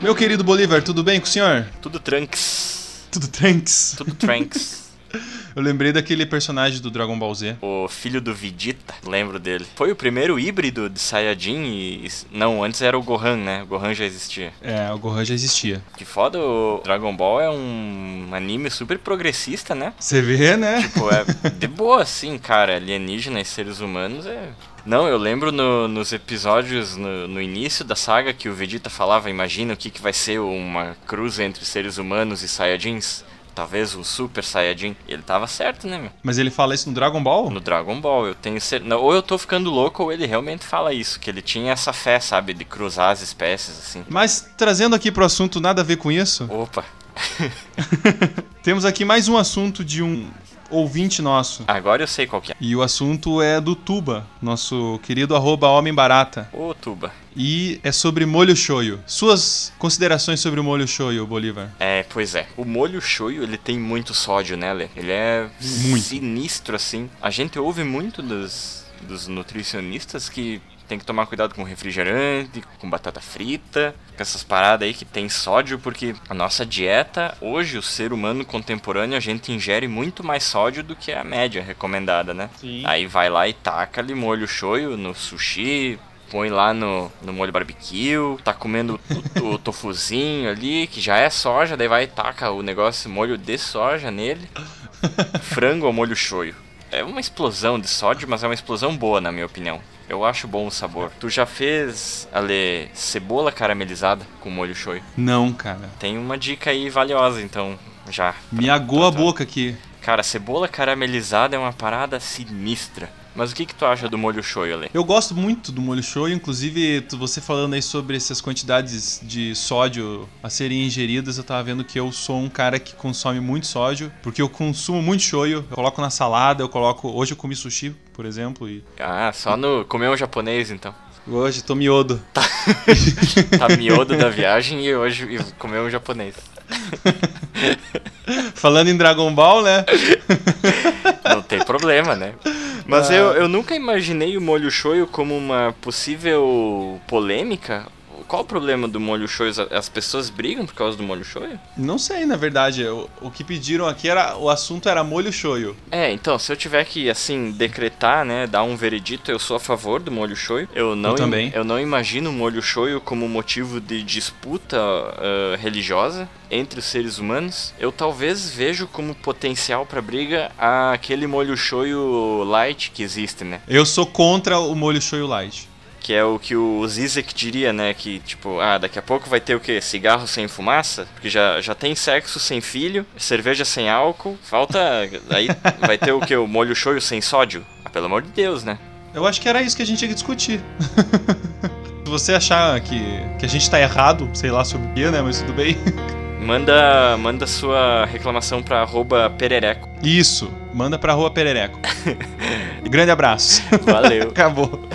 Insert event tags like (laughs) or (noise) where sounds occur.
Meu querido Bolívar, tudo bem com o senhor? Tudo tranks. (laughs) Tudo tranks? Tudo tranks. Eu lembrei daquele personagem do Dragon Ball Z. o filho do Vegeta, lembro dele. Foi o primeiro híbrido de Saiyajin e. Não, antes era o Gohan, né? O Gohan já existia. É, o Gohan já existia. Que foda, o Dragon Ball é um anime super progressista, né? Você vê, né? Tipo, é de boa, assim, cara. Alienígenas e seres humanos é. Não, eu lembro no- nos episódios no, no início da saga que o Vegeta falava: Imagina o que, que vai ser uma cruz entre seres humanos e Saiyajins. Talvez o Super Saiyajin. Ele tava certo, né, meu? (laughs) Mas ele fala isso no Dragon Ball? No Dragon Ball, eu tenho certeza. Ou eu tô ficando louco, ou ele realmente fala isso. Que ele tinha essa fé, sabe? De cruzar as espécies, assim. Mas trazendo aqui pro assunto nada a ver com isso, Opa, temos aqui mais um assunto de um ouvinte nosso. agora eu sei qual que é. E o assunto é do Tuba, nosso querido arroba Homem Barata. Ô, Tuba. E é sobre molho shoyu. Suas considerações sobre o molho shoyu, Bolívar? É, pois é. O molho shoyu, ele tem muito sódio, né, Lê? Ele é Muito. sinistro, assim. A gente ouve muito dos, dos nutricionistas que tem que tomar cuidado com refrigerante, com batata frita, com essas paradas aí que tem sódio, porque a nossa dieta, hoje, o ser humano contemporâneo, a gente ingere muito mais sódio do que a média recomendada, né? Sim. Aí vai lá e taca ali molho shoyu no sushi, põe lá no, no molho barbecue, tá comendo o, o tofuzinho ali, que já é soja, daí vai e taca o negócio, molho de soja nele, frango ao molho shoyu. É uma explosão de sódio, mas é uma explosão boa, na minha opinião. Eu acho bom o sabor. Tu já fez, Ale, cebola caramelizada com molho shoyu? Não, cara. Tem uma dica aí valiosa, então, já. Me agou a boca aqui. Cara, cebola caramelizada é uma parada sinistra. Mas o que que tu acha do molho shoyu, Ale? Eu gosto muito do molho shoyu, inclusive tu- você falando aí sobre essas quantidades de sódio a serem ingeridas, eu tava vendo que eu sou um cara que consome muito sódio, porque eu consumo muito shoyu, eu coloco na salada, eu coloco, hoje eu comi sushi, por exemplo, e Ah, só no comer um japonês então. hoje tô miodo. (laughs) Tá miodo da viagem e hoje e comer um japonês. Falando em Dragon Ball, né? Não tem problema, né? Mas Ah. eu, eu nunca imaginei o molho shoyu como uma possível polêmica. Qual o problema do molho shoyu? As pessoas brigam por causa do molho shoyu? Não sei, na verdade, o, o que pediram aqui era, o assunto era molho shoyu. É, então, se eu tiver que, assim, decretar, né, dar um veredito, eu sou a favor do molho shoyu. Eu não, Eu também. im- eu não imagino o molho shoyu como motivo de disputa ah, religiosa entre os seres humanos. Eu talvez vejo como potencial pra briga aquele molho shoyu light que existe, né? Eu sou contra o molho shoyu light. Que é o que o Zizek diria, né? Que, tipo, ah, daqui a pouco vai ter o quê? Cigarro sem fumaça? Porque já, já tem sexo sem filho, cerveja sem álcool, falta. Aí vai ter o quê? O molho shoyu sem sódio? Ah, pelo amor de Deus, né? Eu acho que era isso que a gente tinha que discutir. (laughs) Se você achar que, que a gente tá errado, sei lá sobre o que, né? Mas tudo bem. (laughs) Manda, manda sua reclamação pra arroba perereco. Isso, manda pra rua Perereco. Grande abraço. Valeu. Acabou.